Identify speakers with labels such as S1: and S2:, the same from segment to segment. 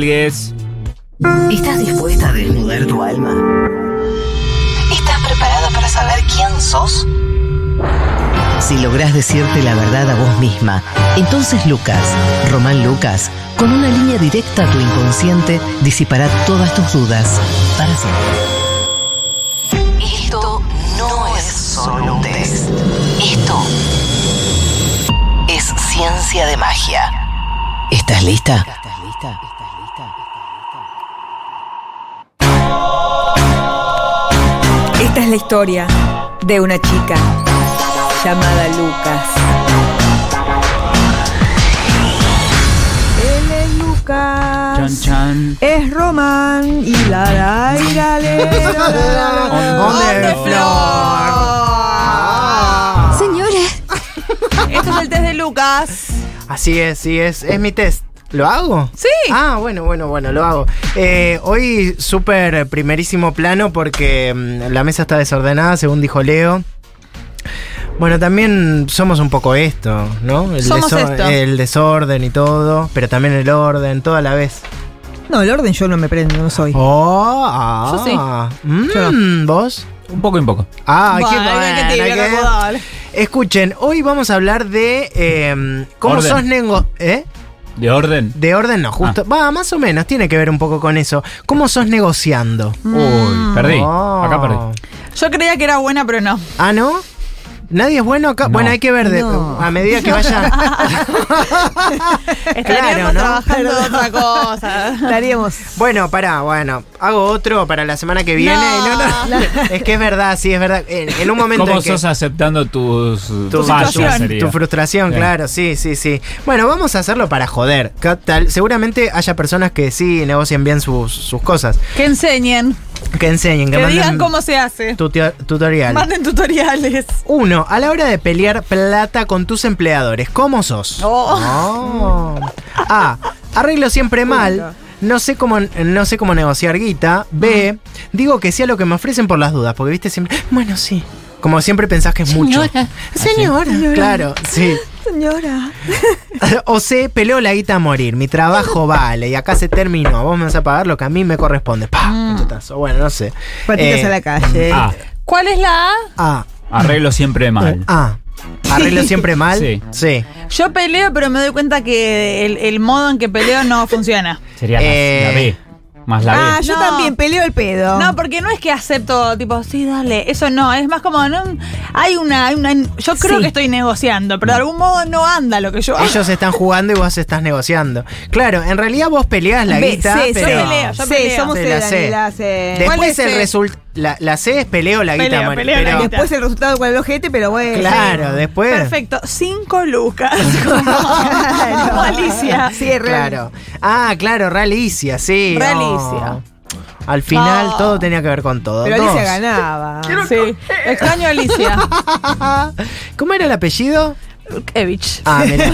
S1: cuelgues.
S2: ¿Estás dispuesta a desnudar tu alma?
S3: ¿Estás preparada para saber quién sos?
S2: Si lográs decirte la verdad a vos misma, entonces Lucas, Román Lucas, con una línea directa a tu inconsciente, disipará todas tus dudas para siempre.
S3: Esto no es solo un test. Esto es ciencia de magia.
S2: ¿Estás lista?
S4: Esta es la historia de una chica llamada Lucas. Él es Lucas.
S1: Chan, chan.
S4: Es Román y la la y la le, la, la, la,
S1: On- on the
S5: Señores,
S4: Esto es el test de Lucas.
S6: Así es, sí es. Es mi test. ¿Lo hago?
S4: Sí.
S6: Ah, bueno, bueno, bueno, lo hago. Eh, hoy súper primerísimo plano porque mm, la mesa está desordenada, según dijo Leo. Bueno, también somos un poco esto, ¿no? El,
S4: Somos esto.
S6: el desorden y todo, pero también el orden, todo a la vez.
S4: Ah,
S7: No, el orden yo no me prendo, no soy.
S6: Oh, ah, mm,
S7: Yo
S6: ¿Vos?
S1: Un poco y un poco.
S6: Ah,
S4: Bueno,
S6: qué
S4: qué
S6: bueno,
S4: tibio,
S6: qué-
S4: qué godal.
S6: Escuchen, hoy vamos a hablar de eh, cómo
S1: Orden.
S6: sos nego... ¿Eh?
S1: De orden.
S6: De orden no, justo.
S1: Ah.
S6: Va, más o menos, tiene que ver un poco con eso. ¿Cómo sos negociando?
S1: Uy, perdí.
S6: Oh.
S1: Acá perdí.
S4: Yo creía que era buena, pero no.
S6: Ah, ¿no? ¿Nadie es bueno acá?
S1: No.
S6: Bueno, hay que ver de-
S7: No.
S6: a medida que vaya.
S4: Estaríamos
S6: Claro, ¿no?
S4: trabajando de otra cosa.
S7: Daríamos.
S6: bueno, pará, bueno. Hago otro para la semana que viene.
S4: No.
S6: No, no, no. Es que es verdad, sí, es verdad. En, en un momento
S1: ¿Cómo
S6: en que-
S1: sos aceptando tus
S6: Tu
S1: fallas?
S4: situación.
S1: sería?
S6: Tu frustración,
S1: Sí.
S6: claro, sí, sí, sí. Bueno, vamos a hacerlo para joder. ¿Qué tal? Seguramente haya personas que sí negocian bien sus, sus cosas.
S4: Que enseñen.
S6: Que enseñen, que,
S4: Que digan
S6: manden
S4: cómo se hace.
S6: tutio- tutorial.
S4: Manden tutoriales.
S6: Uno, a la hora de pelear plata con tus empleadores, ¿cómo sos? Oh. A. Arreglo siempre mal. No sé cómo no sé cómo negociar guita. B. Digo que sí a lo que me ofrecen por las dudas, porque viste siempre, bueno, sí. Como siempre pensás que es mucho.
S5: Señora.
S6: Señora. Claro, sí.
S7: Señora.
S6: O C, peleo la guita a morir. Mi trabajo vale y acá se terminó. Vos me vas a pagar lo que a mí me corresponde. Pa, cachetazo. Bueno, no sé.
S7: Mm. Patitas
S6: Eh,
S7: a la calle.
S1: Ah,
S4: ¿Cuál es la A?
S6: A.
S1: arreglo siempre mal.
S6: A. Arreglo siempre mal.
S1: Sí.
S6: sí.
S4: Yo peleo, pero me doy cuenta que el, el modo en que peleo no funciona.
S1: Sería la-
S6: Eh.
S1: la B. Más la B.
S7: Ah, yo
S4: No.
S7: también peleo el
S6: Oh.
S7: pedo.
S4: No, porque no es que acepto, tipo, sí, dale, eso no, es más como, no, hay una, hay una yo creo
S7: Sí.
S4: que estoy negociando, pero de algún modo no anda lo que yo hago.
S6: Ellos están jugando y vos estás negociando. Claro, en realidad vos peleás la
S7: B,
S6: guita,
S7: C,
S6: pero.
S7: C.
S4: Yo peleo, yo
S7: Sí,
S4: peleo.
S7: somos
S6: Sí,
S7: el,
S6: la C.
S7: Daniela, C.
S4: ¿cuál
S6: Después
S4: es
S6: el
S4: C?
S6: resultado. La, la C es peleo la guita,
S4: Peleo,
S6: amor,
S4: peleo la
S6: pero-
S4: guita.
S7: Después el resultado con el ojete, pero bueno.
S6: Claro, después.
S4: Perfecto, cinco lucas. Como Alicia.
S7: Sí, es real.
S6: Claro. Ah, claro, Realicia, sí.
S4: Realicia.
S6: oh. Al final
S4: Oh.
S6: todo tenía que ver con todo.
S7: Pero
S6: Dos.
S7: Alicia ganaba.
S4: Sí, extraño a Alicia.
S6: ¿Cómo era el apellido?
S4: Evich.
S6: Ah, mirá.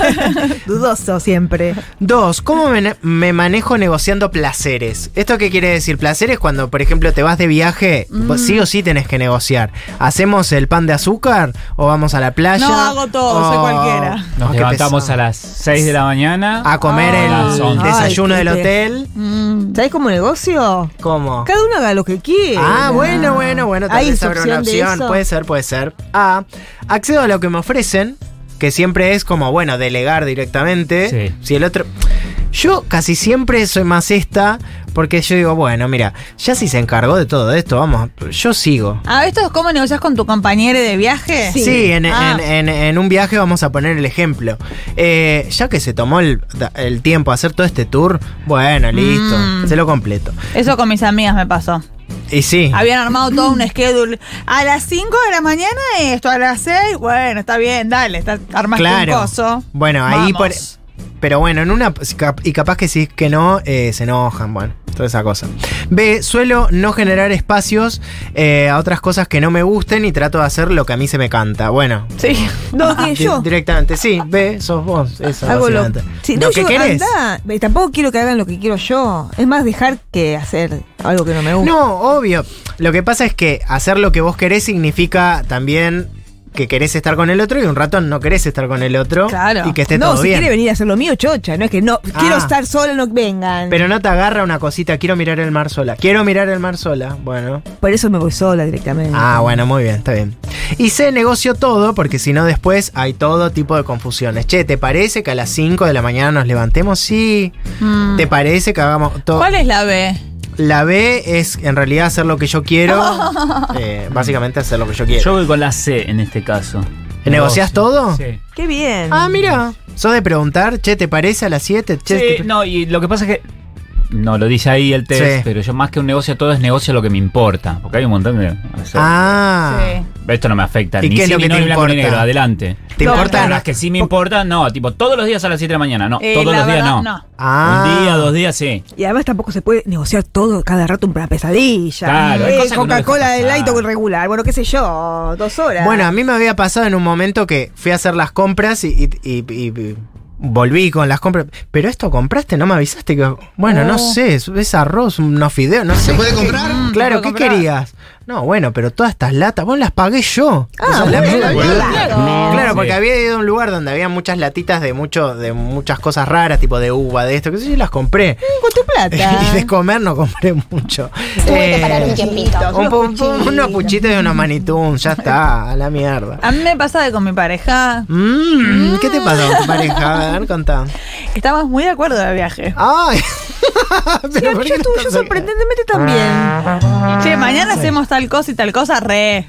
S7: Dudoso siempre.
S6: Dos, ¿cómo me, me manejo negociando placeres? ¿Esto qué quiere decir? Placeres cuando, por ejemplo, te vas de viaje, vos sí
S4: Mm.
S6: o sí tenés que negociar. ¿Hacemos el pan de azúcar o vamos a la playa?
S4: No, hago todo, soy cualquiera.
S1: Nos
S6: Oh, qué
S1: levantamos
S6: pesado.
S1: a las 6 de la mañana.
S6: A comer
S1: Ah, las
S6: el
S1: once.
S6: desayuno
S7: Ay,
S6: del
S7: qué
S6: hotel.
S4: Mm.
S7: ¿Sabés cómo negocio?
S6: ¿Cómo?
S7: Cada uno haga lo que quiera.
S6: Ah, bueno, bueno, bueno, tal
S7: Hay
S6: vez habrá una
S7: instrucción de
S6: opción. pues.
S7: eso.
S6: Puede ser, puede ser. A. Accedo a lo que me ofrecen, que siempre es como, bueno, delegar directamente.
S1: Sí.
S6: Si el otro. Yo casi siempre soy más esta, porque yo digo, bueno, mira, ya si se encargó de todo esto, vamos, yo sigo.
S4: Ah, ¿esto es cómo negocias con tu compañero de viaje?
S6: Sí, en,
S4: Ah.
S6: en- en- en un viaje vamos a poner el ejemplo. Eh, ya que se tomó el, el tiempo a hacer todo este tour, bueno, listo,
S4: Mm.
S6: se lo completo.
S4: Eso con mis amigas me pasó.
S6: Y sí,
S4: Habían armado todo un schedule. A las 5 de la mañana esto, a las 6, bueno, está bien, dale, está, armaste
S6: claro.
S4: un coso.
S6: Bueno,
S4: Vamos.
S6: ahí por- Pero bueno, en una. Y capaz que si es que no, eh, se enojan, bueno, toda esa cosa. B, suelo no generar espacios eh, a otras cosas que no me gusten y trato de hacer lo que a mí se me canta. Bueno.
S4: Sí.
S7: No, que
S6: di-
S7: yo.
S6: Directamente, sí, B, sos vos. Eso,
S7: Hago lo,
S6: básicamente.
S7: Sí,
S6: Lo
S7: no,
S6: que
S7: yo,
S6: querés.
S7: andá. Eh, Tampoco quiero que hagan lo que quiero yo. Es más, dejar que hacer algo que no me gusta.
S6: No, obvio. Lo que pasa es que hacer lo que vos querés significa también que querés estar con el otro y un ratón no querés estar con el otro
S7: Claro.
S6: y que esté
S7: no,
S6: todo
S7: si
S6: bien.
S7: quiere venir a hacer lo mío, chocha. No es que no, quiero
S6: Ah.
S7: estar sola, no vengan.
S6: Pero no te agarra una cosita, quiero mirar el mar sola. Quiero mirar el mar sola. Bueno.
S7: Por eso me voy sola directamente.
S6: Ah, bueno, muy bien, está bien. Y se negoció todo, porque si no después hay todo tipo de confusiones. Che, ¿te parece que a las 5 de la mañana nos levantemos? Sí. ¿Te parece que hagamos todo?
S4: Mm. ¿Cuál es la B?
S6: La B es en realidad hacer lo que yo quiero. Eh, básicamente hacer lo que yo quiero.
S1: Yo voy con la C en este caso.
S6: ¿Negociás todo?
S1: Sí.
S7: Qué bien.
S6: Ah, mira. ¿Sos de preguntar? Che, ¿te parece a las 7? Che,
S1: Sí,
S6: ¿te-
S1: no, y lo que pasa es que. No, lo dice ahí el test,
S6: Sí.
S1: pero yo más que un negocio, todo es negocio lo que me importa. Porque hay un montón de. o sea,
S6: Ah.
S1: Esto no me afecta.
S6: ¿Y
S1: ni
S6: qué es
S1: sí,
S6: lo
S1: ni
S6: que
S1: no,
S6: te
S1: ni blanco ni
S6: importa?
S1: negro, adelante.
S6: ¿Te
S4: No,
S6: importa?
S1: Pero las que sí me importan, no. Tipo, todos los días a las 7 de la mañana, no.
S4: Eh,
S1: todos
S4: la
S1: los días,
S4: verdad,
S1: no.
S6: Ah.
S1: Un día, dos días, sí.
S7: Y además tampoco se puede negociar todo cada rato una pesadilla.
S1: Claro, hay
S7: Eh,
S1: cosas que uno
S7: Coca-Cola
S1: deja
S7: de
S1: pasar.
S7: light o regular. Bueno, qué sé yo, dos horas.
S6: Bueno, a mí me había pasado en un momento que fui a hacer las compras y, y- y- y- y volví con las compras. Pero esto compraste, no me avisaste que. Bueno, no
S7: Oh.
S6: sé, es, es arroz, unos fideos, no sé. ¿Se puede comprar?
S7: Mm,
S6: Claro,
S4: se
S6: ¿qué
S4: puede comprar.
S6: querías? No, bueno, pero todas estas latas, vos las pagué yo.
S7: Ah,
S6: Esas
S7: bueno,
S6: latas-
S7: claro.
S6: Claro, porque
S1: Sí.
S6: había ido a un lugar donde había muchas latitas de mucho, de muchas cosas raras, tipo de uva, de esto, que sé yo, y las compré.
S7: Con tu Mm, plata.
S6: y de comer no compré mucho. Eh,
S5: Tuve que parar un tiempito.
S6: un po- un po- unos puchitos y unos manitunes, ya está, a la mierda.
S4: A mí me pasa de con mi pareja.
S6: Mm, ¿Qué te pasó con tu pareja? A ver, contá.
S4: Estábamos muy de acuerdo de viaje.
S6: Ay.
S7: Sí,
S6: Pero ¿por qué
S7: yo,
S6: no
S7: tú, yo
S6: estás acá?
S7: sorprendentemente también.
S4: Che, mañana hacemos tal cosa y tal cosa, re.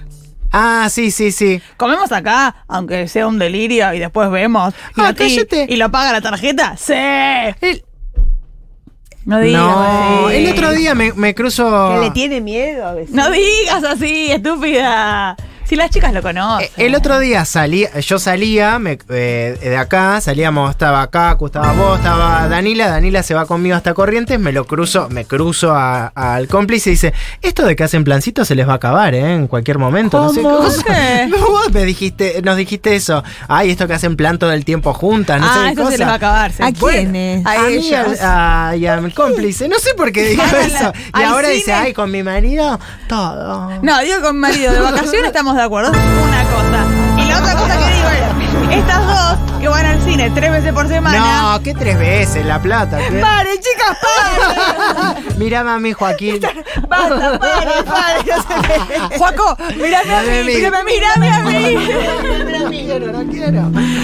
S6: Ah, sí, sí, sí.
S4: Comemos acá, aunque sea un delirio, y después vemos. Y,
S6: Ah,
S4: lo- y-
S6: cállate.
S4: y lo paga la tarjeta. ¡Sí!
S6: El-
S4: No digas
S6: no,
S4: así.
S6: el otro día me, me cruzo.
S7: Que le tiene miedo a veces.
S4: No digas así, estúpida. Si las chicas lo conocen.
S6: Eh, El otro día salí, yo salía me- eh, de acá, salíamos, estaba Cacu, estaba vos, estaba Danila, Danila se va conmigo hasta Corrientes, me lo cruzo, me cruzo a- al cómplice y dice, esto de que hacen plancito se les va a acabar, ¿eh? En cualquier momento, no sé qué
S4: ¿Cómo?
S6: cosa".
S4: ¿Qué?
S6: No, vos me dijiste, nos dijiste eso. Ay, esto que hacen plan todo el tiempo juntas, no sé
S4: ah,
S6: qué
S4: eso
S6: cosa. Ah.
S4: se les va a acabar. sí.
S7: ¿A quiénes?
S4: a
S6: A mí y
S4: ellos.
S6: a- a- y a mi cómplice. No sé por qué dijo
S4: Al-
S6: eso. Y
S4: al
S6: ahora dice,
S4: cine.
S6: ay, con mi marido, todo.
S4: No, digo con mi marido, de vacaciones estamos de acuerdo. Eso es Una cosa. Y la otra cosa que digo es, estas dos que van al cine tres veces por semana.
S6: No, que tres veces la plata. ¿qué?
S4: ¡Paren, chicas, paren!
S6: Mirá, mami, Joaquín.
S4: ¡Basta, paren, paren! No se me- Juaco, mírame a
S6: Mírame a
S4: mí,
S6: mí.
S4: mírame, mírame a mí.
S6: No quiero, no quiero.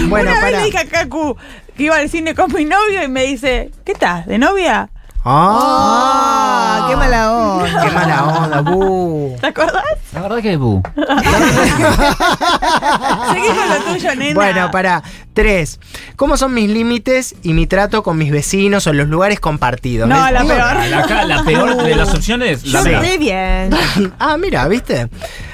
S6: Bueno,
S4: Una vez
S6: pará.
S4: le dije a Kaku que iba al cine con mi novio y me dice, ¿qué estás, de novia?
S6: Ah,
S7: Ah, qué mala onda.
S6: Qué mala onda, bu.
S4: ¿Te acordás?
S1: La verdad que es bu.
S4: Seguí con lo tuyo, nena.
S6: Bueno, para tres. ¿Cómo son mis límites y mi trato con mis vecinos o los lugares compartidos?
S4: No,
S6: ¿Ves?
S4: la peor.
S1: La, ca- la peor de las opciones, la
S7: Yo
S1: verdad.
S7: sé bien.
S6: Ah, mira, ¿viste?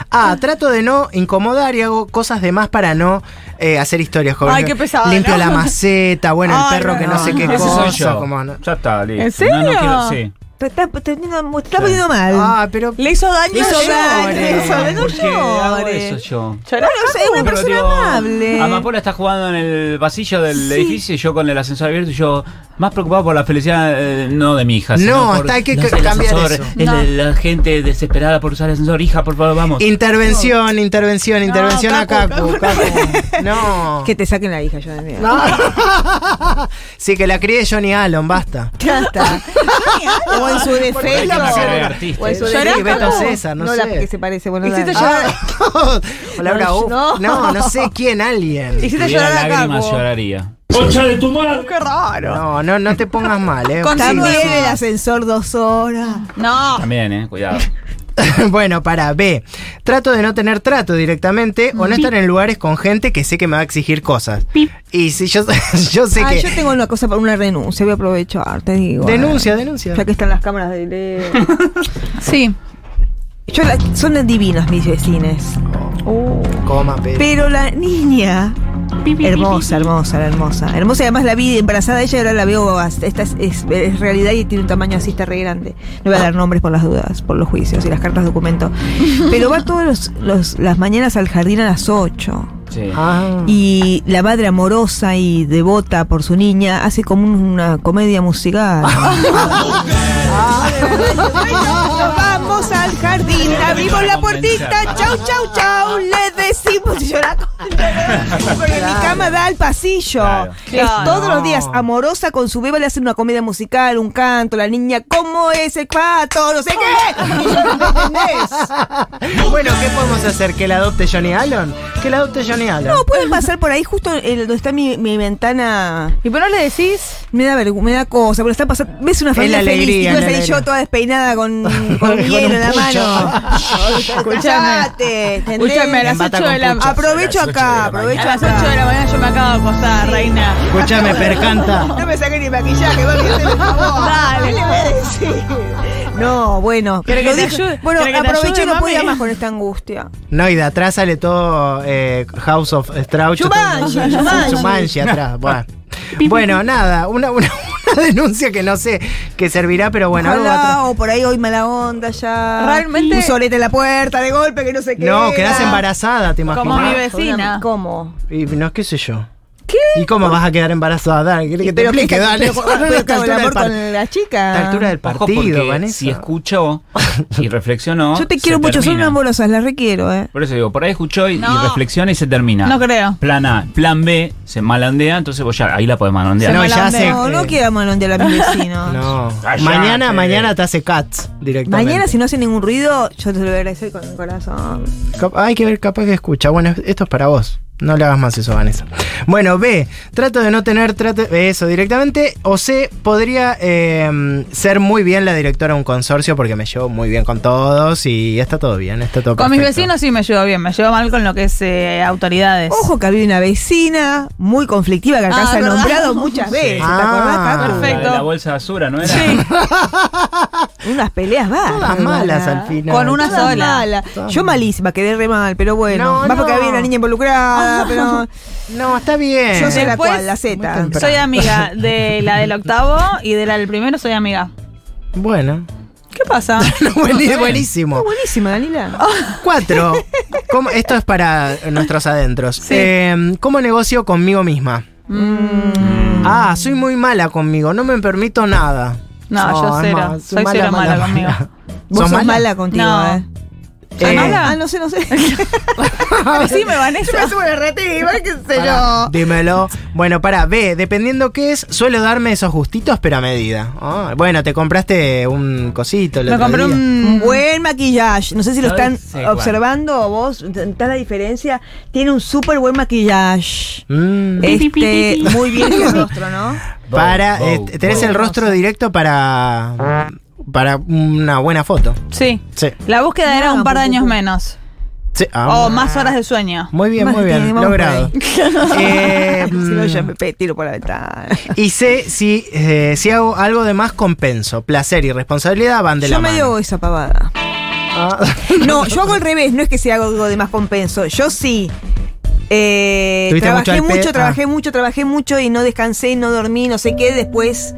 S6: Ah, trato de no incomodar y hago cosas de más para no eh, hacer historias con
S4: Ay, qué pesado,
S6: Limpio
S4: ¿no?
S6: la maceta, bueno,
S4: Ay,
S6: el perro que no,
S4: no,
S6: sé qué
S4: no.
S1: Ese
S6: cosa.
S1: soy yo.
S6: como no-
S1: Ya está, listo.
S4: ¿En
S1: No, no
S4: serio?
S1: quiero- sí.
S7: Te estás poniendo, te estás poniendo mal.
S6: Ah, pero.
S4: Le hizo daño
S7: Le hizo
S4: a Llore.
S7: daño,
S4: Le hizo daño a
S1: ¿Por qué hago
S4: Llore.
S1: eso yo?
S4: Llorá,
S7: no sé, una
S1: Pero,
S7: persona
S1: digo,
S7: amable.
S1: Amapola está jugando en el pasillo del edificio y yo con el ascensor abierto y yo más preocupado por la felicidad eh, no de mi hija.
S6: No,
S1: sino por
S6: hasta hay que
S1: no
S6: ca-
S1: sé, el
S6: cambiar
S1: ascensor,
S6: eso.
S1: el- La, gente desesperada por usar el ascensor, hija, por favor, vamos.
S6: Intervención, intervención, intervención acá.
S4: Cacu,
S6: Cacu, Cacu. No.
S7: Que te saquen la hija, yo de
S6: No. sí, que la críe Johnny Allen, basta.
S7: Ya está. o en su
S1: Hay
S7: defecto.
S1: una cara de artista.
S7: O en su
S6: Sí,
S7: defecto.
S6: Beto César, no
S7: la
S6: sé.
S7: que se parece, bueno,
S4: Hiciste
S7: dale.
S4: llorar.
S6: Ah. O Laura
S7: No,
S6: Uf.
S7: no.
S6: no. no, sé quién, alguien.
S4: Hiciste
S1: Tuviera
S4: llorar a
S1: lágrimas,
S4: Caco.
S1: lloraría.
S4: Qué raro.
S6: No, no, no te pongas mal,
S7: Ah,
S6: eh.
S4: Con-
S7: También
S4: Sí.
S7: el ascensor dos horas.
S4: No.
S1: También, eh, cuidado.
S6: bueno, para B. Trato de no tener trato directamente o no estar en lugares con gente que sé que me va a exigir cosas. Y si yo, yo sé
S7: Ah,
S6: que.
S7: yo tengo una cosa para una renuncia, voy a aprovechar, te digo.
S6: Denuncia,
S7: Ah,
S6: denuncia.
S7: Ya que están las cámaras de video.
S4: Sí.
S7: Yo la- son divinos mis vecines.
S6: Coma, pe-
S7: Pero la niña. Hermosa, hermosa, la hermosa. Hermosa, y además la vi embarazada ella, y ahora la veo. as- Esta es, es- es realidad y tiene un tamaño así, está re grande. No voy a dar nombres por las dudas, por los juicios y las cartas de documento. Pero va todas los- los- las mañanas al jardín a las 8.
S1: Sí.
S7: Mm.
S6: Ah.
S7: Y la madre amorosa y devota por su niña hace como una comedia musical. Nos vamos al jardín, abrimos la puertita, chau, chau, chau, le decimos pasillo de la concha. Porque mi cama da al pasillo.
S1: Claro.
S7: Es
S4: Claro.
S7: todos los días
S6: No.
S7: amorosa con su beba, le hacen una comedia musical, un canto, la niña, ¿cómo es el pato? No sé qué. Y yo, ¿me entendés?
S6: Bueno, ¿qué podemos hacer? ¿Que la adopte Johnny Allen? Que la adopte Johnny Allen.
S7: No, pueden pasar por ahí justo el- donde está mi, mi ventana.
S4: ¿Y por qué no le decís?
S7: Me da vergüenza, me da cosa, porque está pasando. Ves una
S6: Es la
S7: familia feliz y
S6: alegría,
S7: tú vas
S6: la
S7: ahí
S6: alegría.
S7: yo toda despeinada con, con
S6: Con un
S7: hielo en la
S6: pucho.
S7: mano. Callate, ¿entendés?
S4: Escúchame, a las
S6: Embata
S4: 8 de
S6: con
S4: la
S6: pucho.
S4: mañana.
S7: Aprovecho acá, aprovecho
S4: A las
S7: acá.
S4: 8 de la mañana yo me acabo de acostar, reina.
S6: Escuchame, percanta.
S7: No me saqué ni maquillaje, vos que haceme el favor.
S4: Dale.
S7: ¿Qué le voy a decir? No, bueno,
S4: ¿Querés
S7: lo
S4: que te
S7: dije-
S4: ayude?
S7: bueno,
S4: ¿Querés que te
S7: aprovecho y
S4: ayude,
S7: no podía
S4: mami?
S7: más con esta angustia.
S6: No, y de atrás sale todo eh, House of Strauch.
S7: Jumanji,
S6: todo-
S7: Jumanji.
S6: Jumanji atrás. Bueno, Bueno, nada, una, una, una denuncia que no sé que servirá, pero bueno. algo va a
S7: Ojalá,
S6: tra-
S7: o por ahí hoy mala onda ya.
S4: Realmente-
S7: Un solete en la puerta de golpe que no sé qué.
S6: No,
S7: era.
S6: quedás embarazada, te imaginas.
S4: Como mi vecina.
S7: ¿Cómo?
S6: Y no, qué sé yo. ¿Qué? ¿Y cómo vas a quedar embarazada? Dale, ¿querés que te
S7: Pero qué
S6: explique,
S7: está-
S6: dale.
S7: pero- pero
S6: A
S7: está
S6: esta
S7: el
S6: altura del
S7: amor
S6: par-
S7: con la chica.
S6: a esta altura del
S1: Ojo,
S6: partido,
S1: porque
S6: Vanessa.
S1: Si escuchó y reflexionó.
S7: Yo te
S1: se
S7: quiero mucho, son
S1: termina.
S7: unas amorosas, las requiero, eh.
S1: Por eso digo, por ahí escuchó y, y
S4: No.
S1: reflexiona y se termina.
S4: No creo.
S1: Plan A, plan B, se malandea, entonces vos ya ahí la podés malandear.
S6: No, ya
S4: malandea.
S6: sé.
S7: No, no
S6: eh,
S7: quiero malondear a mis vecinos.
S6: No.
S1: Callate.
S6: Mañana, mañana te hace cats directamente.
S7: Mañana, si no hace ningún ruido, yo te lo voy a agradecer con el corazón.
S6: Cap- Hay que ver, capaz que escucha. Bueno, esto es para vos. No le hagas más eso, Vanessa. Bueno, B. Trato de no tener trato- eso directamente. O C. Podría eh, ser muy bien la directora de un consorcio porque me llevo muy bien con todos y está todo bien. Está todo
S4: Con mis
S6: perfecto.
S4: vecinos sí me llevo bien, me llevo mal con lo que es eh, autoridades.
S7: Ojo que había una vecina muy conflictiva que acá
S4: Ah,
S7: se ha
S4: ¿verdad?
S7: nombrado muchas veces. ¿Te
S6: Ah,
S7: acordás, Capu?
S1: La de
S4: perfecto.
S1: La, bolsa de basura, ¿no era?
S7: Unas peleas va.
S6: Todas malas al final.
S4: Con una
S7: Todas
S4: sola.
S7: malas.
S6: Todas
S7: Yo
S6: malas.
S7: malísima, quedé re mal, pero bueno.
S6: No,
S7: Más
S6: no. Ah,
S7: porque había una niña involucrada, pero
S6: No, está bien.
S7: yo sé la
S4: Después-
S7: cual, la Z.
S6: temprano.
S4: Soy amiga de la del octavo y de la del primero soy amiga.
S6: Bueno.
S4: ¿Qué pasa?
S6: Bueni- Buenísimo.
S7: Ah, Buenísima, Danila.
S6: Cuatro. ¿Cómo- Esto es para nuestros adentros. Eh, ¿Cómo negocio conmigo misma?
S4: Mm.
S6: Ah, soy muy mala conmigo, no me permito nada.
S4: No, yo
S6: es
S4: cero. Soy cero mala conmigo.
S7: Vos sos
S6: ¿Sos
S7: mala,
S6: mala?
S7: contigo,
S4: No.
S7: eh.
S4: ¿Soy
S6: Eh,
S4: mala?
S7: Ah, no sé, no sé.
S4: Decime, Vanessa.
S6: Pará, dímelo. Bueno, para, ve, dependiendo qué es, suelo darme esos gustitos, pero a medida. Ah, bueno, te compraste un cosito. el
S4: Me
S6: otro
S4: compré
S6: día.
S7: Un
S4: un...
S7: buen maquillaje. No sé si lo
S1: No
S7: están
S1: sé cuál.
S7: observando vos. ¿Está la diferencia? Tiene un súper buen maquillaje.
S6: Mm,
S4: Eh.
S7: Este, muy bien su rostro, ¿no?
S1: Bow,
S6: para,
S1: bow,
S6: eh, tenés
S1: bow.
S6: el rostro directo para, para una buena foto.
S4: Sí.
S6: Sí.
S4: La búsqueda era
S7: No,
S4: un par de
S7: pu, pu,
S4: años
S7: pu.
S4: menos.
S6: sí. ah.
S4: O Oh, más horas de sueño.
S6: Muy bien, muy bien.
S7: Martín, vamos
S6: Logrado.
S7: por
S6: Eh,
S7: si no, yo me pe- tiro por la ventana.
S6: Y sé si, eh, si hago algo de más, compenso. Placer y responsabilidad van de
S7: yo
S6: la
S7: me
S6: mano.
S7: dio esa pavada.
S6: Ah.
S7: No, yo hago al revés, no es que sea algo de más compenso. Yo sí. Eh,
S6: Tuviste mucho
S7: trabajé
S6: al pe-
S7: mucho,
S6: ah.
S7: trabajé mucho, trabajé mucho y no descansé, no dormí, no sé qué. Después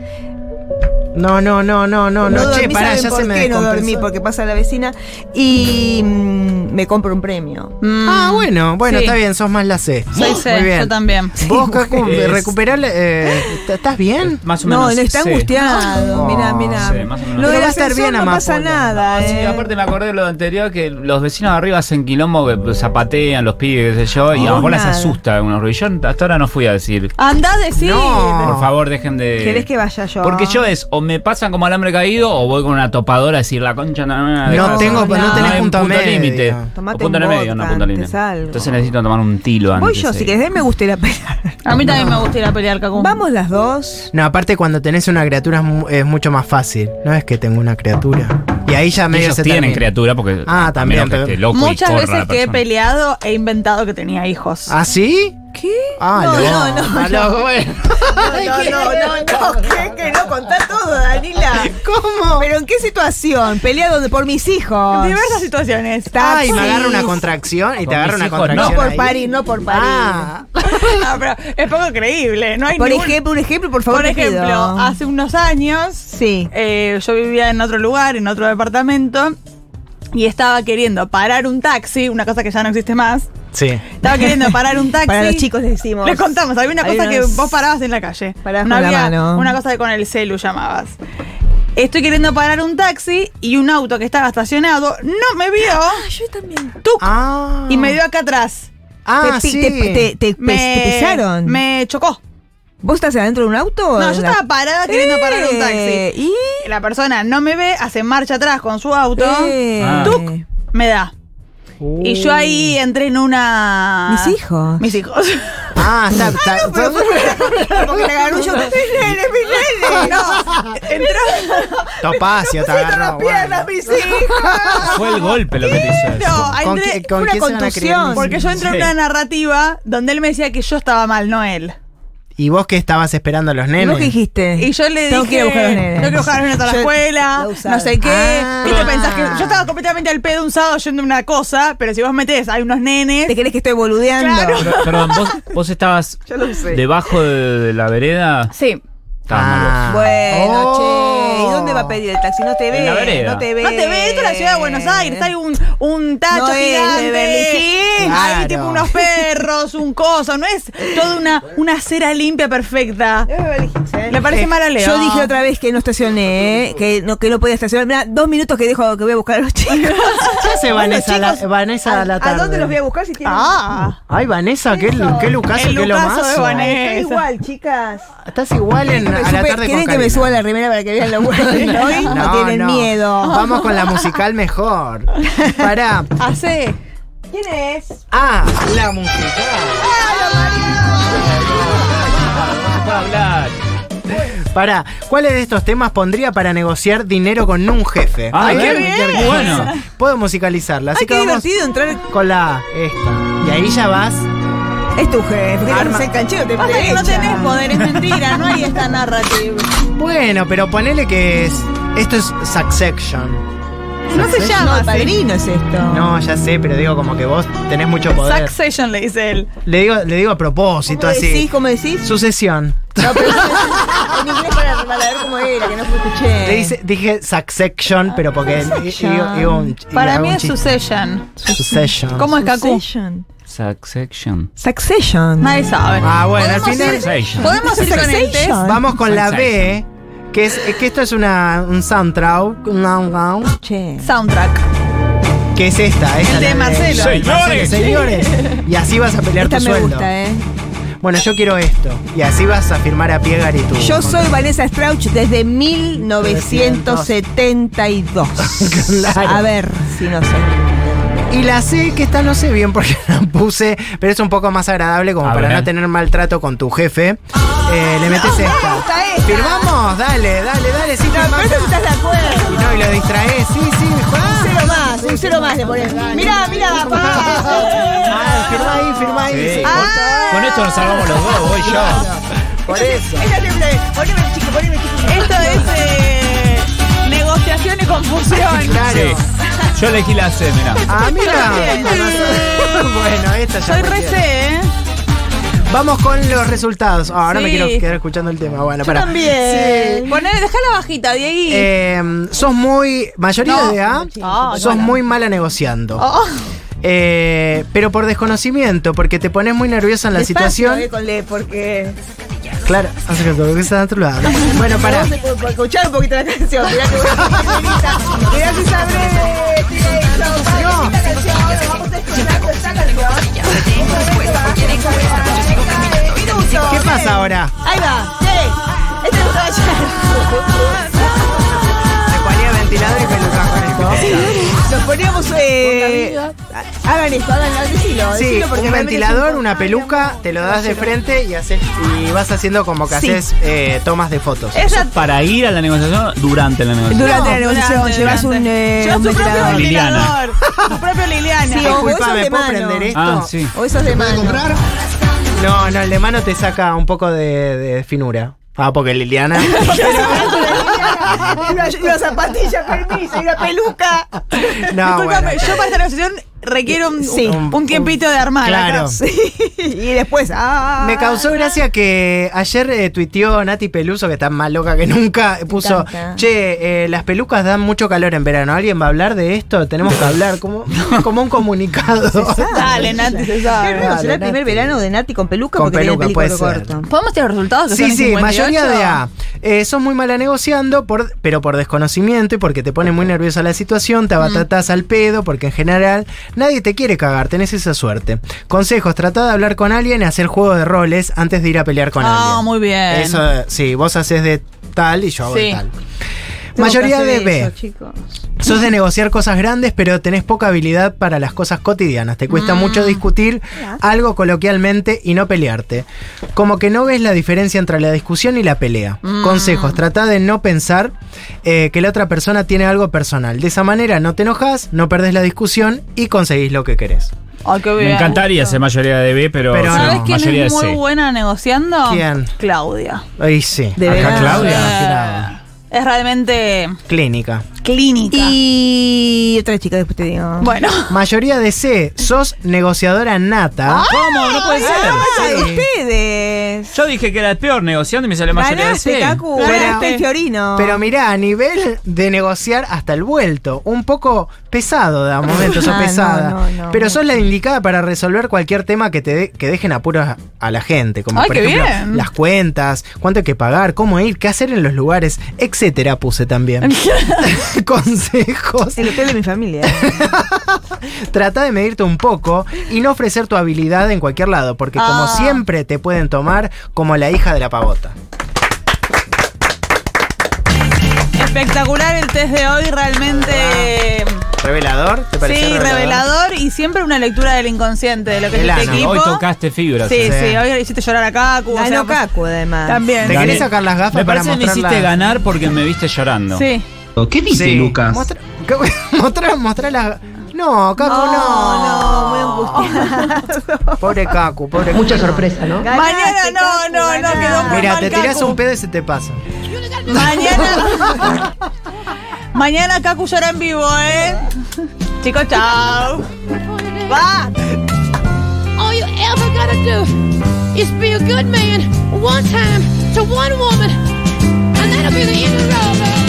S6: No, no, no, no, no, no. Che,
S7: dormí,
S6: pará,
S7: ¿saben
S6: ya
S7: por
S6: se me
S7: qué no dormí?
S6: descompensó.
S7: Porque pasa la vecina y mm, me compro un premio.
S4: Mm,
S6: Ah, bueno, bueno,
S4: Sí.
S6: está bien, sos más la C.
S4: Soy
S6: Muy
S4: C,
S6: bien.
S4: yo también.
S6: Vos, Cacu,
S1: Es-
S6: recuperar. eh, ¿Estás bien?
S1: Más o
S7: No,
S1: menos.
S7: él está
S1: sí.
S7: angustiado.
S6: Oh,
S7: Mira, mira.
S1: sí, más o menos.
S7: Lo
S6: Pero
S7: del
S6: va a estar
S7: ascensor
S6: bien,
S7: no pasa
S6: Amapola.
S7: nada.
S1: Sí,
S7: eh.
S1: aparte me acordé de lo anterior que los vecinos de arriba hacen quilombo que pues, zapatean los pibes, qué sé yo, y
S7: No,
S1: a lo mejor las
S7: nada.
S1: asusta unos ruidos. Yo hasta ahora no fui a decir,
S4: Andá a decir.
S6: No.
S1: por favor, dejen de.
S7: ¿Querés que vaya yo?
S1: eh, Porque yo es, o me pasan como alambre caído, o voy con una topadora a decir la concha. No, no,
S6: No tengo-
S7: no tenés
S1: hay
S6: punto medio.
S1: límite.
S7: Tomate
S1: O punto
S7: un
S1: de medio, no
S7: vodka
S1: punto
S7: antes,
S1: límite.
S7: algo.
S1: Entonces necesito tomar un tilo antes.
S7: Voy yo,
S1: sí.
S7: si querés, me gusta ir a pelear.
S4: A mí también me gusta ir a pelear, Cacu.
S7: Vamos las dos.
S6: No, aparte cuando tenés una criatura es, mu- es mucho más fácil. No es que tengo una criatura. Y ahí ya medio
S1: Ellos
S6: se
S1: tienen
S6: termina.
S1: criatura porque.
S6: Ah,
S1: a
S6: también,
S1: menos que
S6: también.
S1: esté loco y
S4: Muchas
S1: corra
S4: veces
S1: la
S4: que he
S1: persona.
S4: peleado he inventado que tenía hijos.
S6: ¿Ah, sí?
S7: ¿Qué?
S6: Ah,
S7: no,
S6: lo-
S7: no, no,
S6: ah, lo- bueno.
S7: No, no, no, no, ¿qué? que no contá todo, Danila. ¿Cómo? ¿Pero en qué situación? Peleado de- por mis hijos.
S4: Diversas situaciones.
S6: Ay, me
S7: Taxis.
S6: agarra una contracción y
S1: Con
S6: te agarra
S1: mis
S6: una
S1: hijos,
S6: contracción.
S7: No por
S6: ahí.
S7: parir, no por parir.
S6: Ah,
S4: No, pero es poco creíble. No hay
S7: por
S4: ningún-
S7: ejemplo, un ejemplo, por favor.
S4: Por
S7: te pido.
S4: ejemplo, hace unos años
S7: Sí.
S4: eh, yo vivía en otro lugar, en otro departamento, y estaba queriendo parar un taxi, una cosa que ya no existe más.
S6: sí.
S4: Estaba queriendo parar un taxi.
S7: Para los chicos les decimos.
S4: Les contamos, había una
S7: Hay
S4: cosa que
S7: unos-
S4: vos parabas en la calle.
S7: Parabas
S4: no
S7: con la
S4: había
S7: mano.
S4: Una cosa que con el celu llamabas. Estoy queriendo parar un taxi y un auto que estaba estacionado no me vio
S7: yo también.
S6: Ah.
S4: y me dio acá atrás.
S6: Ah,
S7: te, pi-
S6: sí.
S7: te- te- te- te pisaron.
S4: Me chocó.
S7: ¿Vos estás adentro de un auto? o
S4: No,
S7: en
S4: yo
S7: la-
S4: estaba parada queriendo parar un
S7: Eh,
S4: taxi.
S7: ¿Y?
S4: La persona no me ve, hace marcha atrás con su auto.
S7: Eh,
S1: Ah.
S4: Tuc, me da. Y yo ahí entré en una.
S7: Mis hijos.
S4: Ah. Mis hijos.
S6: Ah, está. está-
S4: Porque le agarró yo. ¡Mis nenes, mis nenes! No. Entró.
S6: Topacio te
S4: Pusieron las
S6: agarró.
S4: piernas,
S6: bueno.
S4: mis hijos.
S1: Fue el golpe lo que te hizo. eso.
S4: No,
S6: ¿Con
S4: entré-
S6: qué- con
S4: fue
S6: qué se van a criar mis
S4: Porque yo entré en
S1: Sí.
S4: una narrativa donde él me decía que yo estaba mal, no él.
S6: ¿Y vos qué estabas esperando a los
S7: ¿Y
S6: nenes?
S7: vos qué dijiste?
S4: Y yo le
S7: Tengo
S4: dije,
S7: que ir a buscar a los nenes.
S4: tengo que buscar a los nenes a la
S7: Yo-
S4: escuela,
S7: la usada.
S4: no sé qué.
S6: Ah.
S4: ¿Viste? Pensás que yo estaba completamente al pedo un sábado yendo a una cosa, pero si vos metés, hay unos nenes.
S7: ¿Te crees que estoy boludeando?
S4: Claro.
S1: Pero, perdón, ¿vos, vos estabas debajo de, de la vereda.
S4: Sí.
S1: Estábamos vos.
S7: Ah. Bueno,
S6: Ah. Oh.
S7: che, ¿y dónde va a pedir el taxi? No te
S1: En
S7: ve,
S1: la vereda.
S7: no te ve.
S4: No te ve, esto es la ciudad de Buenos Aires, hay un, un tacho
S7: No es de Beverly
S4: gigante,
S7: Hills.
S4: hay
S6: Claro.
S4: tipo unos perros, un coso, no es toda una, una cera limpia perfecta. Le parece mal a Leo.
S7: Yo dije otra vez que no estacioné, que no, que no podía estacionar. Mirá, dos minutos que dejo que voy a buscar a los chicos.
S6: ¿Qué hace
S7: Bueno,
S6: Vanessa, a la-
S7: chicos,
S6: Vanessa a, la
S7: ¿A
S6: tarde?
S7: dónde los voy a buscar si tienen?
S4: Ah,
S6: Ay, Vanessa, qué, qué lucaso,
S4: El lucaso
S6: qué lomazo.
S4: de Vanessa.
S7: Estoy igual, chicas.
S6: Estás igual en,
S7: Me
S6: a la tarde
S7: supe-
S6: con
S7: ¿Quieren que me
S6: Karina.
S7: suba la remera para que vean lo bueno que soy? No, tienen miedo.
S6: Vamos con la musical mejor. Pará.
S4: hace.
S7: ¿Quién es?
S6: Ah, la musical.
S1: Dejá hablar.
S6: Pará. ¿Cuáles de estos temas pondría para negociar dinero con un jefe?
S1: Ah,
S6: Ay,
S1: a
S6: qué
S1: ver,
S6: bien.
S1: qué bueno.
S6: Puedo musicalizarla. Así
S7: Ay,
S6: que
S7: qué
S6: vamos
S7: divertido entrar.
S6: con la A, esta. Y ahí ya vas.
S7: Es tu jefe. ¿Qué
S6: Arma-
S7: no el canchero? Te
S4: Pasa que no
S7: echa.
S4: tenés poder, es mentira, no hay esta narrativa.
S6: Bueno, pero ponele que es. Esto es Succession.
S4: No se llama
S7: No,
S4: así.
S7: padrino es esto.
S6: No, ya sé, pero digo como que vos tenés mucho poder.
S4: Succession le dice él.
S6: Le digo, le digo a propósito,
S7: ¿Cómo decís?
S6: así.
S7: ¿Cómo decís?
S6: Sucesión.
S7: No, pero en inglés para, para ver cómo era, que no escuché.
S4: Eh.
S6: Le dice- dije Succession, pero porque.
S7: Succession.
S6: digo- digo un-
S4: Para
S6: hago
S4: mí
S6: un
S4: es
S6: chiste.
S4: Succession.
S6: Succession.
S4: ¿Cómo es Kaku?
S7: Succession.
S1: Succession.
S7: Succession.
S4: Nadie sabe.
S6: Ah, bueno, al
S4: ¿Podemos
S6: final.
S4: ir-
S1: Succession.
S4: Podemos ir con el test.
S6: Vamos con la B,
S1: Succession.
S6: que es que esto es una un soundtrack, un soundtrack,
S7: Che.
S4: Soundtrack.
S6: que es esta, esta
S4: El
S6: la
S4: de Marcelo.
S6: el de Marcelo, señores. Y así vas a pelear
S7: Esta
S6: tu
S7: me
S6: sueldo.
S7: gusta, ¿eh?
S6: Bueno, yo quiero esto. Y así vas a firmar a pie Gary tú.
S7: Yo soy Vanessa Strauch desde 1972.
S6: Claro.
S7: A ver si no sé.
S6: Y la C, que esta no sé bien por qué la puse, pero es un poco más agradable como
S1: A
S6: para
S1: ver.
S6: no tener maltrato con tu jefe. Eh, le metes esta.
S7: gusta esta.
S6: Firmamos, dale, dale, dale, sí, firmamos.
S7: estás de
S6: Y
S7: acuerdo.
S6: no, y lo distraes, sí, sí, ah.
S7: Cero más, un cero más le pones. Mirá, mirá, pa.
S6: Ah, firma ahí, firma ahí. Ah,
S1: Sí.
S6: sí.
S1: Con esto nos salvamos los dos, voy yo.
S6: Por eso.
S7: Esta es la- Poneme el chico, poneme el chico.
S4: Esto es eh, negociación y confusión.
S6: Claro.
S1: Sí. Yo elegí la C, mirá.
S6: Ah, mira.
S4: Bien.
S6: bueno, esta ya.
S4: Soy
S6: cualquiera.
S4: recé, ¿eh?
S6: Vamos con los resultados. Ah, ahora me
S4: Sí.
S6: quiero quedar escuchando el tema. Bueno, para.
S4: Bien. Poner, déjala bajita, Diego.
S6: Eh, sos muy. Mayoría
S4: No.
S6: de A.
S4: Ah,
S6: sos
S4: no, no.
S6: muy mala negociando. Eh, pero por desconocimiento, porque te pones muy nerviosa en la
S7: Despacio,
S6: situación.
S7: eh, con le, porque.
S6: Claro, hace que todo está de otro lado. Bueno, para.
S7: Vamos a po- escuchar un poquito la canción. Mirá que buena primerita. Mirá que está breve. Tiene ahí, chau, pa,
S6: No.
S7: esta canción, ahora vamos explorando esta canción. Minuto,
S6: ¿Qué
S7: bien.
S6: pasa ahora?
S7: Ahí va. Sí. Este es un caballero.
S6: Me ponía ventilador y me lo trajo en el coso.
S7: Nos poníamos. Eh, hagan esto, hagan decilo.
S6: Sí,
S7: decilo porque
S6: un
S7: realmente es
S6: ventilador,
S7: importante.
S6: una peluca, te lo das de frente y haces y vas haciendo como que
S7: Sí.
S6: haces eh, tomas de fotos.
S4: Esa
S1: Para ir a la negociación durante la negociación.
S7: Durante la negociación,
S4: durante,
S7: llevas
S4: durante.
S7: un, eh,
S4: Llevas
S7: un
S4: tu propio
S7: ventilador.
S4: ventilador. Tu propio Liliana.
S7: Sí, o-
S6: Disculpa,
S7: esos
S6: ¿me
S7: de
S6: puedo
S7: mano.
S6: prender esto?
S1: Ah, sí.
S7: O esos de mano.
S6: No, no, el de mano te saca un poco de, de finura. Ah, porque Liliana.
S7: Y una, y una zapatilla, permiso, y una peluca.
S6: No,
S4: Disculpame,
S6: bueno.
S4: yo para esta negociación requiero un,
S7: Sí.
S4: un- un tiempito de armar.
S6: Claro.
S4: acá.
S7: Sí. Y después, ah.
S6: Me causó gracia que ayer eh, tuiteó Nati Peluso, que está más loca que nunca, eh, puso,
S7: encanta.
S6: che, eh, las pelucas dan mucho calor en verano, ¿alguien va a hablar de esto? Tenemos que hablar, como, como un comunicado.
S4: Dale, Nati, se
S7: Qué
S4: sabe.
S7: raro, será el
S6: Nati.
S7: primer verano de Nati con peluca
S6: Con
S7: porque
S6: peluca,
S7: tiene el
S6: puede
S7: pelo
S6: ser.
S7: corto.
S4: ¿Podemos tener resultados? Que
S6: Sí,
S4: son
S6: sí,
S4: 58?
S6: mayoría de A. Eh, sos muy mala negociando, por,
S4: Mm.
S6: pero por desconocimiento y porque te pone muy nerviosa la situación, te abatatás al pedo, porque en general Nadie te quiere cagar, tenés esa suerte. Consejos, tratá de hablar con alguien y hacer juegos de roles antes de ir a pelear con alguien.
S4: Ah, muy bien.
S6: Eso, eh, sí, vos haces de tal y yo hago de
S4: Sí.
S6: tal.
S7: Tengo
S6: Mayoría
S7: clase
S6: de B.
S7: eso, chicos.
S6: Sos de negociar cosas grandes, pero tenés poca habilidad para las cosas cotidianas. Te cuesta mucho discutir algo coloquialmente y no pelearte. Como que no ves la diferencia entre la discusión y la pelea. Consejos, trata de no pensar eh, que la otra persona tiene algo personal. De esa manera no te enojas, no perdés la discusión y conseguís lo que querés.
S4: Ay, qué bien.
S1: Me encantaría ser mayoría de B, pero,
S6: Pero
S1: no,
S4: ¿Sabes
S6: no,
S4: quién
S1: mayoría
S4: es
S1: de
S4: muy
S1: C.
S4: buena negociando?
S6: ¿Quién?
S4: Claudia.
S6: Ay, sí.
S7: De
S1: Acá
S7: verdad.
S1: Claudia.
S6: Imaginaba.
S4: Es realmente
S6: Clínica.
S4: clínica.
S7: Y otra chica después te digo.
S4: bueno.
S6: Mayoría de C, sos negociadora nata.
S1: ¿Cómo? No puede
S7: Ah,
S1: ser.
S7: de ustedes.
S1: Yo dije que era el peor negociando y me salió mayoría de
S7: Ganaste,
S1: C.
S7: Cacu.
S4: Pero-
S7: Ganaste el Fiorino.
S6: Pero mirá, a nivel de negociar hasta el vuelto, un poco pesado de momentos o
S7: Ah, no,
S6: pesada.
S7: no, no.
S6: pero sos la indicada para resolver cualquier tema que te de- que dejen apuros a, a la gente, como
S4: Ay,
S6: por
S4: qué
S6: ejemplo
S4: bien.
S6: las cuentas, cuánto hay que pagar, cómo ir, qué hacer en los lugares, etcétera, puse también. Consejos.
S7: El hotel de mi familia.
S6: Trata de medirte un poco y no ofrecer tu habilidad en cualquier lado, porque como
S4: Ah.
S6: siempre te pueden tomar como la hija de la pavota.
S4: Espectacular el test de hoy, realmente.
S6: ¿Revelador?
S4: Sí,
S6: ¿Te pareció
S4: revelador? y siempre una lectura del inconsciente de lo que
S6: El
S4: es este
S6: ano.
S4: equipo.
S1: Hoy tocaste fibras.
S4: sí,
S1: eh.
S4: sí, hoy hiciste llorar a Kaku. o sea,
S7: Ganó Cacu, además.
S4: También.
S6: ¿Te
S1: Gané.
S6: querés sacar las gafas
S1: Me
S6: para
S1: parece que me
S6: mostrarlas?
S1: hiciste ganar porque me viste llorando.
S4: Sí.
S8: ¿Qué dice
S6: Sí.
S8: Lucas?
S6: Mostra, que- mostra, mostra la- No, Cacu, no,
S4: Oh,
S7: No, muy angustiada.
S6: no. Pobre Cacu, pobre Cacu.
S9: Mucha sorpresa, ¿no?
S4: Mañana no,
S7: Cacu,
S4: no, no,
S7: ganaste.
S4: quedó muy-
S6: Mira, te
S4: Cacu.
S6: tirás un pedo y se te pasa.
S4: Mañana. Mañana Kaku llora en vivo, ¿eh? Chicos, chao. Va.
S9: All you ever gotta do is be a good man one time to one woman, and that'll be the end of it all, baby.